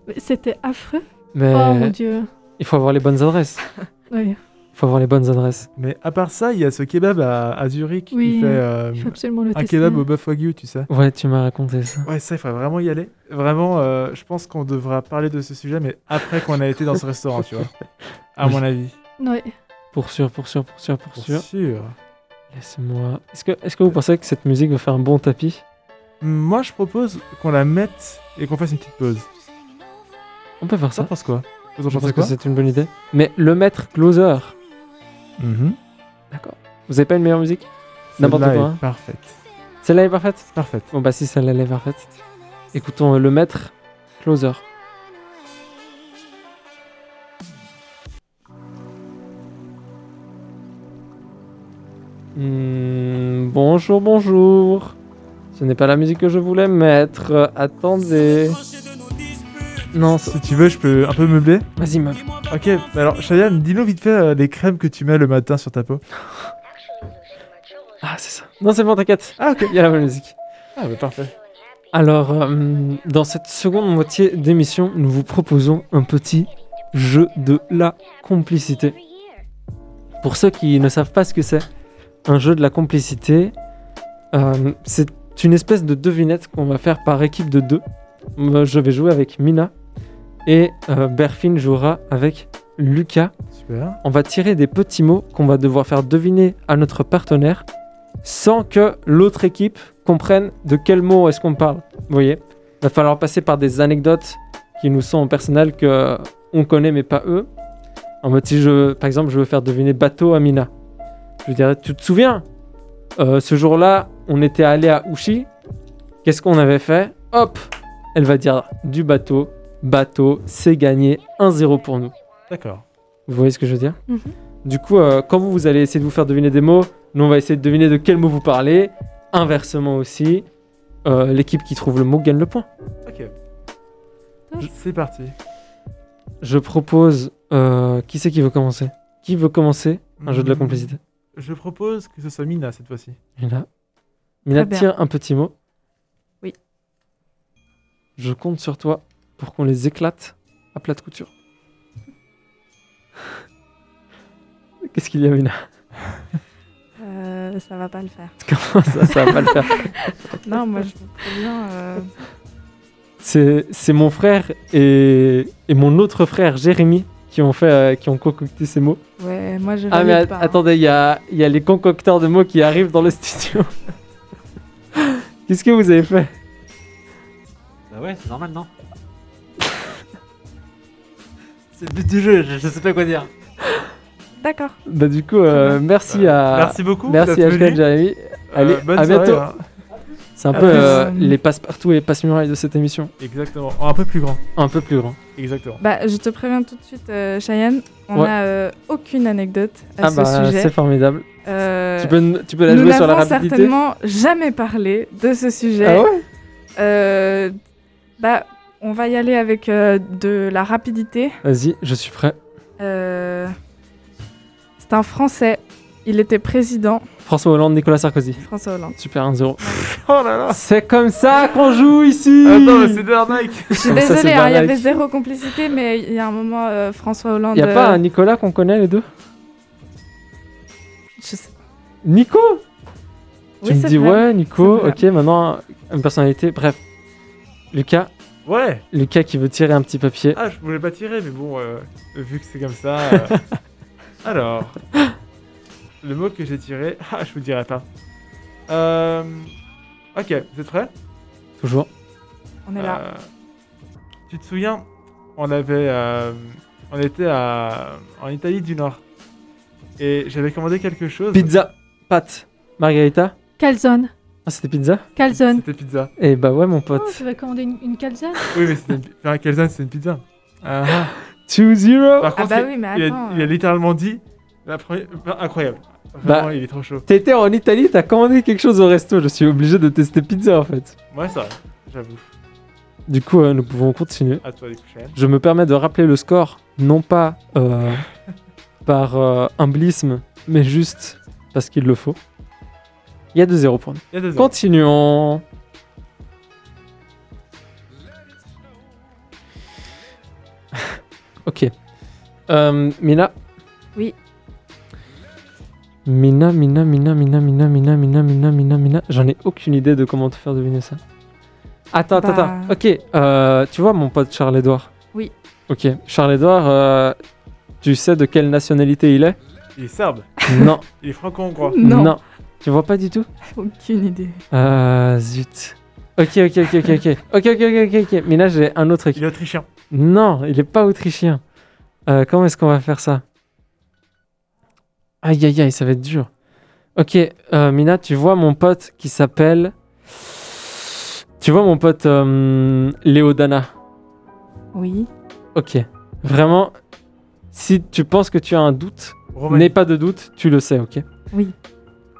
Mais C'était affreux. Euh, Mais Oh mon dieu. il faut avoir les bonnes adresses. Oui, Il faut avoir les bonnes adresses. Mais à part ça, il y a ce kebab à, à Zurich qui Oui, fait euh, il faut absolument le un tester. kebab au bœuf wagyu, tu sais. Ouais, tu m'as raconté ça. Ouais, ça, il faudrait vraiment y aller. Vraiment, euh, je pense qu'on devra parler de ce sujet, mais après qu'on a été dans ce restaurant, tu vois. À mon avis. Ouais. Pour sûr, pour sûr, pour sûr, pour Pour sûr. sûr. Laisse-moi. Est-ce que, est-ce que vous pensez que cette musique va faire un bon tapis Moi, je propose qu'on la mette et qu'on fasse une petite pause. On peut faire Ça ça. pense quoi Vous en pensez Je pense que Ah, quoi c'est une bonne idée. Mais le maître closer. Mhm. D'accord. Vous avez pas une meilleure musique N'importe Celle-là quoi, est hein. Parfaite. Celle-là est parfaite Parfaite. Bon bah si celle-là elle est parfaite. Écoutons euh, le maître closer. Hmm, bonjour, bonjour. Ce n'est pas la musique que je voulais mettre. Euh, Attendez. Non, c'est- Si tu veux, je peux un peu meubler. vas-y meuf. Ok, bah alors, Cheyenne, dis-nous vite fait euh, les crèmes que tu mets le matin sur ta peau. Ah, c'est ça. Non, c'est bon, t'inquiète. Ah, ok. Il y a la bonne musique. Ah, bah parfait. Alors, euh, dans cette seconde moitié d'émission, nous vous proposons un petit jeu de la complicité. Pour ceux qui ne savent pas ce que c'est, un jeu de la complicité, euh, c'est une espèce de devinette qu'on va faire par équipe de deux. Moi, Je vais jouer avec Mina et euh, Berfin jouera avec Lucas. Super. on va tirer des petits mots qu'on va devoir faire deviner à notre partenaire sans que l'autre équipe comprenne de quel mot est-ce qu'on parle. Vous voyez Il va falloir passer par des anecdotes qui nous sont personnelles que euh, on connaît mais pas eux. En mode si je, par exemple, je veux faire deviner bateau à Mina, je lui dirais tu te souviens Euh, Ce jour-là, on était allé à Ushi. Qu'est-ce qu'on avait fait Hop, elle va dire du bateau, bateau, c'est gagné 1-0 pour nous. D'accord. Vous voyez ce que je veux dire Mhm. Du coup, euh, quand vous, vous allez essayer de vous faire deviner des mots, nous on va essayer de deviner de quel mot vous parlez. Inversement aussi, euh, l'équipe qui trouve le mot gagne le point. Ok. C'est parti. Je propose. euh, qui c'est qui veut commencer Qui veut commencer un jeu de Mhm. la complicité Je propose que ce soit Mina cette fois-ci. Mina. Mina, Très bien. tire un petit mot. Oui. Je compte sur toi pour qu'on les éclate à plate couture. Qu'est-ce qu'il y a, Mina Euh, ça va pas le faire. Comment ça, ça va pas le faire Non, moi je vous préviens. euh, C'est c'est mon frère et, et mon autre frère, Jérémy, qui ont, fait, euh, qui ont concocté ces mots. Ouais, moi je. Ah mais valide a- pas, hein. attendez, il y a, il y a les concocteurs de mots qui arrivent dans le studio. Qu'est-ce que vous avez fait Bah ouais, c'est normal, non C'est le but du jeu, je, je sais pas quoi dire. D'accord. Bah du coup, euh, merci à... bah, Merci beaucoup. Merci d'être à venu. HK Jérémy. Euh, Allez, bonne à soirée, bientôt. hein. C'est un À peu plus. euh, les passe-partout et les passe-murailles de cette émission. Exactement. En un peu plus grand. Un peu plus grand. Exactement. Bah, je te préviens tout de suite, euh, Cheyenne. On Ouais. a euh, aucune anecdote à ah ce bah sujet. c'est formidable. Euh, tu, peux, n- tu peux la nous jouer sur la n'avons rapidité. certainement jamais parlé de ce sujet. Ah ouais Euh, bah, on va y aller avec euh, de la rapidité. Vas-y, je suis prêt. Euh, C'est un Français. Il était président, François Hollande, Nicolas Sarkozy. François Hollande. Super 1-0. Oh là là. c'est comme ça qu'on joue ici Attends, mais c'est de l'arnaque. Je suis Comme ça, c'est désolée, de hein, il y l'arnaque. avait zéro complicité, mais il y a un moment, euh, François Hollande. Y a pas euh, un Nicolas qu'on connaît les deux je sais pas. Nico Tu Oui, me c'est dis vrai. ouais Nico, C'est ok maintenant une personnalité, bref. Lucas, Ouais. Lucas qui veut tirer un petit papier. Ah, je voulais pas tirer, mais bon, euh, vu que c'est comme ça. euh, Alors, le mot que j'ai tiré, ah, je vous dirai pas. Euh... Ok, vous êtes prêts Toujours. On est là. Euh, Tu te souviens, on avait, euh, on était à, en Italie du Nord et j'avais commandé quelque chose. Pizza, pâte, margarita. Calzone. Ah c'était pizza Calzone. C'était pizza. Et bah ouais mon Oh, pote. tu vas commander une, une calzone Oui, mais c'était une, pi- enfin, calzone, c'est une pizza. Ah, ah. 2-0 Par Ah contre, bah il- oui, mais il, attends. a, il a littéralement dit la première, bah, incroyable. Vraiment, il est trop chaud. T'étais en Italie, t'as commandé quelque chose au resto, je suis obligé de tester pizza en fait. Moi, ça, j'avoue. Du coup euh, nous pouvons continuer. À toi, les prochaines. Je me permets de rappeler le score, non pas euh, par euh, humblisme, mais juste parce qu'il le faut. Il y a 2-0 pour nous. Il y a deux ans. Continuons. ok. Euh, Mina Oui. Mina, Mina, Mina, Mina, Mina, Mina, Mina, Mina, Mina, Mina. J'en ai aucune idée de comment te faire deviner ça. Attends, attends, Bah. attends. Ok. euh, tu vois mon pote Charles-Édouard Oui. Ok. Charles-Édouard, euh, tu sais de quelle nationalité il est Il est serbe. non, Il est Mmh. franco-hongrois. Non, non. Tu vois pas du tout aucune idée. ah, zut. Ok, ok, ok, ok, ok. Ok, ok, ok, ok, ok. Mais là, j'ai un autre. Il est autrichien. Non, il est pas autrichien. Euh, comment est-ce qu'on va faire ça Aïe, aïe, aïe, ça va être dur. Ok, euh, Mina, tu vois mon pote qui s'appelle... Tu vois mon pote euh, Léodana. Oui. Ok. Vraiment, si tu penses que tu as un doute, Romanien. n'aie pas de doute, tu le sais, ok Oui.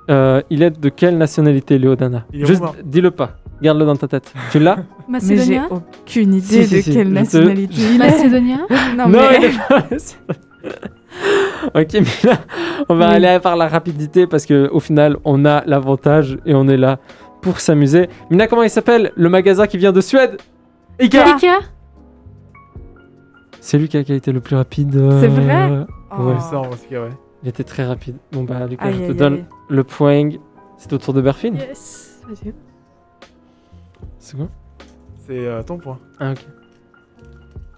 Euh, il est de quelle nationalité, Léodana Il est Juste, roumain. dis-le pas. Garde-le dans ta tête. Tu l'as Mais j'ai Macédonien aucune idée Si, si, de si, je quelle te- nationalité il est. Macédonien Non, Non, mais... il est pas raciste. ok, mais là, on va Oui. aller par la rapidité parce que au final, on a l'avantage et on est là pour s'amuser. Mina, comment il s'appelle Le magasin qui vient de Suède Ikea. Ikea C'est lui qui a qui a été le plus rapide. euh, C'est vrai Il Ouais. me semble, en tout cas, ouais. Il était très rapide. Bon, bah, du coup, Oh, Aïe, je te aïe, donne aïe. le point. C'est au tour de Berfine Yes. Vas-y. C'est bon C'est euh, ton point. Ah, ok.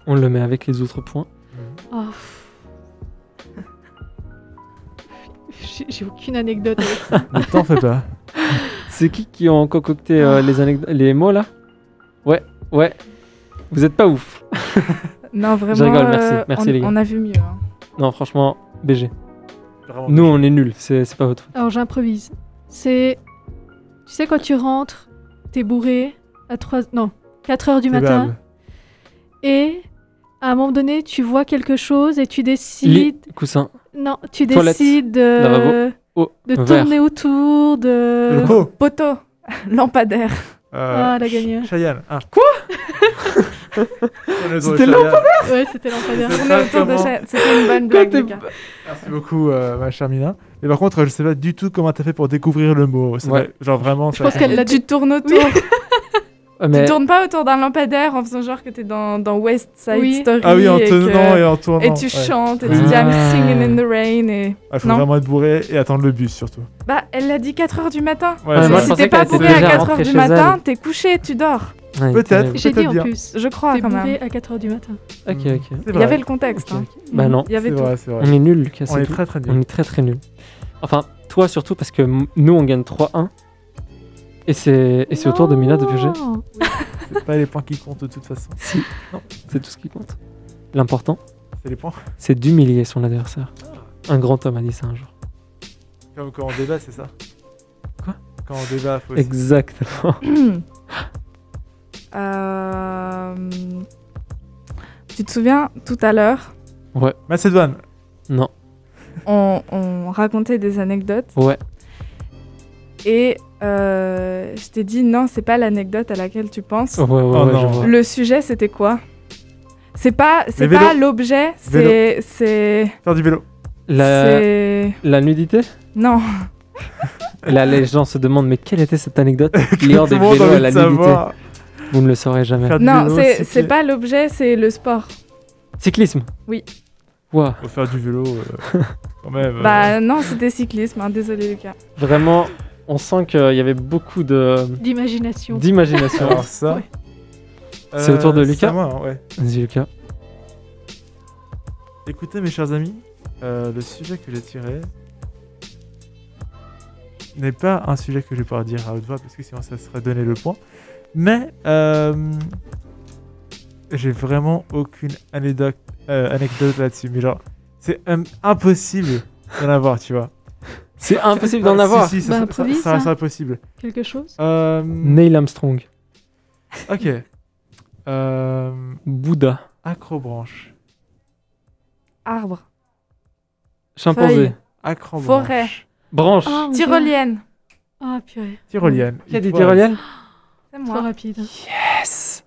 On le met avec les autres points. Oh. J'ai j'ai aucune anecdote. avec ça. Ne t'en fais pas. Ah. C'est qui qui ont concocté euh, les, anecdo- les mots là Ouais, ouais. Vous êtes pas ouf. Non, vraiment. euh, Je rigole, merci. Merci, on, les gars. on a vu mieux. hein. Non, franchement, BG. Vraiment. Nous, on est nuls, c'est c'est pas votre faute. Alors j'improvise. C'est. Tu sais, quand tu rentres, t'es bourré à 3. Non, 4 heures du matin. Kebab. Et à un moment donné, tu vois quelque chose et tu Lit, décides. coussin, Non, tu Toilette. décides de. Lavabo. Oh, eau, de verre. tourner autour, de. Oh Euh, Poteau, lampadaire. euh, hein. Ah, elle a gagné. Ch- Cheyenne. Ah. C'était Ouais, c'était lampadaire. C'est Tourner autour de Exactement. chaque- C'était une bonne blague, t'es- Lucas. Merci beaucoup, euh, ma chère Mina. Mais par contre, je sais pas du tout comment t'as fait pour découvrir le mot. C'est Ouais. vrai, Genre vraiment. Je pense qu'elle l'a dit. Euh, Tu tournes autour. Ouais, Tu Ah, mais tournes pas autour d'un lampadaire en faisant genre que t'es dans, dans West Side Oui. Story. Ah oui, en et que- tenant et en tournant. Et tu ouais. chantes et tu Oui. dis I'm Ah. singing in the rain. Et... Ah, faut Non. vraiment être bourré et attendre le bus surtout. Bah, elle l'a dit 4h du matin. Ouais, Ouais, c'est vrai. moi, je si pensais t'es qu'elle pas était bourré à déjà 4h rentrée du chez matin, t'es couché, tu dors. Ouais, Peut-être. terrible. J'ai dit peut-être en bien. plus. Je crois T'es quand bourré même. à 4h du matin. Ok, ok. C'est Il y vrai. avait le contexte. Ok, hein. ok. Mm. Bah non, Il y avait C'est tout. vrai, c'est vrai. on est nuls, Lucas. On c'est est tout. très très On nuls. est très très nuls. Enfin, toi surtout parce que m- nous on gagne 3-1. Et c'est et c'est au tour de Mina de piocher. Non. C'est pas les points qui comptent de toute façon. C'est tout ce qui compte. L'important, C'est les points. c'est d'humilier son adversaire. Un grand homme a dit ça un jour. Comme quand on débat, c'est ça Quoi Quand on débat, faut aussi- Exactement. Euh, Tu te souviens, tout à l'heure, Macédoine. Non. on, on racontait des anecdotes Ouais. et euh, je t'ai dit non, c'est pas l'anecdote à laquelle tu penses. Ouais, ouais, Oh ouais, je non. vois. Le sujet, c'était quoi C'est pas, c'est Les vélos. pas l'objet, c'est, c'est, Faire du vélo. La, c'est- la nudité non. Là, les gens se demandent, mais quelle était cette anecdote Liant Tout des le monde a vélos envie à la de nudité. savoir. Vous ne le saurez jamais. Faire du Non, vélo, c'est, cycler. c'est pas l'objet, c'est le sport. Cyclisme Oui. Wow. Faut faire du vélo euh, quand même. euh, Bah non, c'était cyclisme, hein, désolé Lucas. Vraiment, on sent qu'il y avait beaucoup de D'imagination. d'imagination. euh, Alors ça. C'est au tour de Euh, c'est Lucas à moi, hein, ouais. Vas-y, Lucas. Écoutez, mes chers amis, euh, le sujet que j'ai tiré n'est pas un sujet que je vais pouvoir dire à haute voix parce que sinon ça serait donner le point. Mais euh, j'ai vraiment aucune anecdote, euh, anecdote là-dessus. Mais genre, c'est euh, impossible d'en avoir, tu vois. C'est impossible d'en Ah, si, avoir. si, ça, Bah, ça- improvise, ça- ça hein. sera possible. Quelque chose Euh, Neil Armstrong, ok. Euh, Bouddha, acrobranche. Arbre, chimpanzé, Feuille. Acrobranche. Forêt. branche. Ah, mon Dieu. tyrolienne, Ah, purée. Tyrolienne. Qui a dit Une fois, tyrolienne c'est Trop moi. rapide. Yes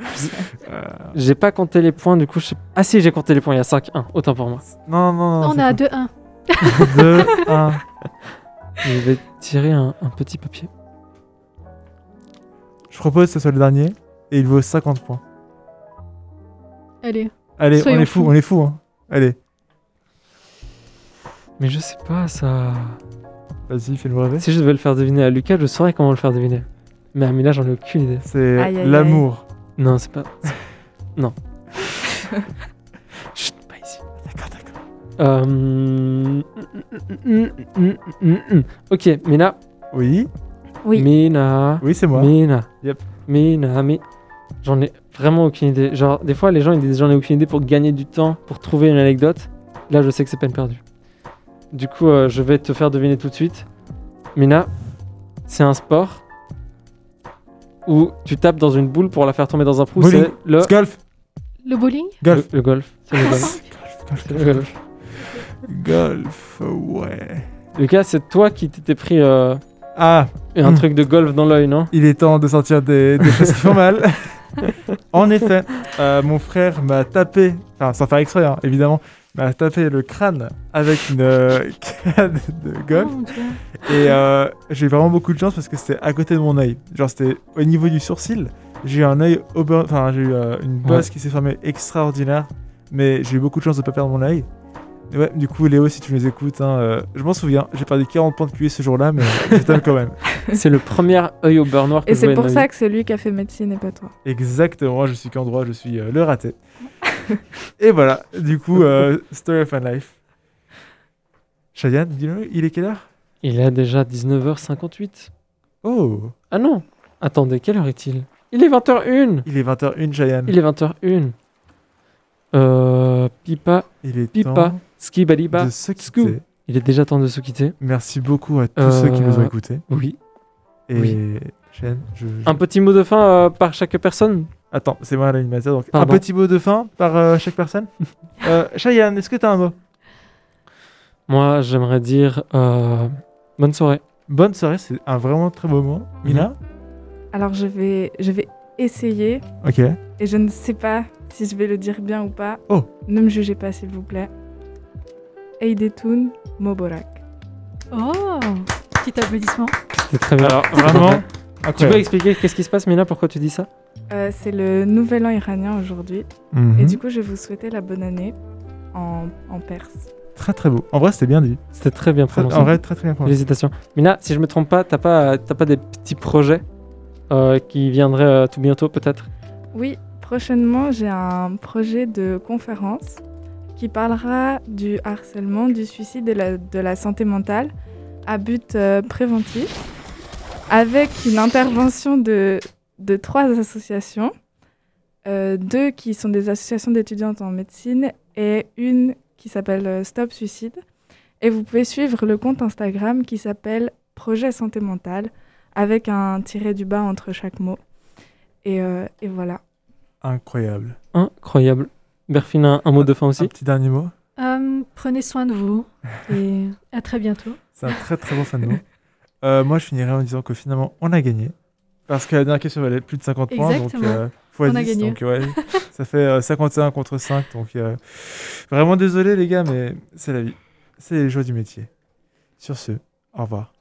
euh, J'ai pas compté les points, du coup, je sais- Ah si, j'ai compté les points, il y a 5-1, autant pour moi. Non, non, Ah, non. On est à 2-1. 2, 1. Je vais tirer un, un petit papier. Je propose que ce soit le dernier et il vaut 50 points. Allez. Allez, Soyons on est fou, fous. on est fou. Hein. Allez, Mais je sais pas, ça... vas-y, fais-le rêver. Si je devais le faire deviner à Lucas, je saurais comment le faire deviner. Mais à Mila, j'en ai aucune idée. C'est Aïe, aïe, l'amour. Non, c'est pas... non. Chut, pas ici. D'accord, d'accord. Euh, mm, mm, mm, mm, mm. Ok, Mina. Oui, Oui. Mina. oui, c'est moi. Mina. Yep. Mina, mais j'en ai vraiment aucune idée. Genre, des fois, les gens ils disent j'en ai aucune idée pour gagner du temps, pour trouver une anecdote. Là, je sais que c'est peine perdue. Du coup, euh, je vais te faire deviner tout de suite. Mina, c'est un sport où tu tapes dans une boule pour la faire tomber dans un trou. Bowling. C'est le, Golf, Le bowling Ah, le, golf. le golf. C'est le golf. Golf, C'est le golf. golf, ouais. Lucas, c'est toi qui t'étais pris euh, Ah, un Hmm. truc de golf dans l'œil, non il est temps de sortir des, des choses qui font mal. en effet, euh, mon frère m'a tapé, enfin sans faire exprès, hein, évidemment, m'a tapé le crâne avec une euh, canne de golf. Oh, mon Dieu. Et euh, j'ai eu vraiment beaucoup de chance parce que c'était à côté de mon œil. Genre, c'était au niveau du sourcil. J'ai eu un œil au bord- Enfin, j'ai eu euh, une bosse qui s'est formée extraordinaire. Mais j'ai eu beaucoup de chance de pas perdre mon œil. Et ouais, du coup, Léo, si tu nous écoutes, hein, euh, je m'en souviens. J'ai perdu 40 points de QI ce jour-là, mais je t'aime quand même. C'est le premier œil au beurre noir que Et je c'est voyais de pour ma ça vie. que c'est lui qui a fait médecine et pas toi. Exactement, je suis qu'en droit, je suis euh, le raté. Et voilà, du coup, euh, Story of My Life. Cheyenne, dis-le, il est quelle heure Il est déjà 19h58. Oh, Ah non Attendez, quelle heure est-il Il est 20h01 il est 21h01, Cheyenne. Il est 20h01. Euh, pipa, Il est pipa, temps skibaliba. de se scoop. quitter. Il est déjà temps de se quitter. Merci beaucoup à tous Euh, ceux qui nous ont écoutés. Oui. Et oui. Shane, je, je- Un petit mot de fin euh, par chaque personne Attends, c'est moi l'animateur. Donc Pardon. un petit mot de fin par euh, chaque personne. euh, Cheyenne, est-ce que t'as un mot Moi, j'aimerais dire euh, bonne soirée. Mhm. Bonne soirée, c'est un vraiment très beau mot. Mina, Alors je vais, je vais essayé Ok. et je ne sais pas si je vais le dire bien ou pas. Oh. Ne me jugez pas, s'il vous plaît. Eidetun Moborak. Oh Petit applaudissement. C'est très bien. Alors, vraiment, tu peux Euh, incroyable. expliquer qu'est-ce qui se passe, Mila Pourquoi tu dis ça Euh, c'est le nouvel an iranien aujourd'hui. Mhm. Et du coup, je vais vous souhaiter la bonne année en, en perse. Très très beau. En vrai, c'était bien dit. C'était très bien Très- prononcé. en vrai, très très bien prononcé. Félicitations. Mina, si je me trompe pas, t'as pas, t'as pas des petits projets euh, qui viendraient euh, tout bientôt peut-être Oui, prochainement, j'ai un projet de conférence qui parlera du harcèlement, du suicide et la- de la santé mentale à but euh, préventif avec une intervention de, de trois associations, euh, deux qui sont des associations d'étudiantes en médecine et une qui s'appelle euh, Stop Suicide. Et vous pouvez suivre le compte Instagram qui s'appelle Projet Santé Mentale avec un tiret du bas entre chaque mot. Et, euh, et voilà. Incroyable. Incroyable. Berfine, un, un mot de fin Un aussi petit dernier mot. Euh, prenez soin de vous et à très bientôt. C'est un très très bon fan de mot. Euh, moi, je finirai en disant que finalement, on a gagné. Parce que la dernière question valait plus de 50 points. Donc, Exactement. euh, fois On a 10, gagné. Donc, ouais, ça fait euh, 51 contre 5. Donc, euh, vraiment désolé, les gars, mais c'est la vie. C'est les joies du métier. Sur ce, au revoir.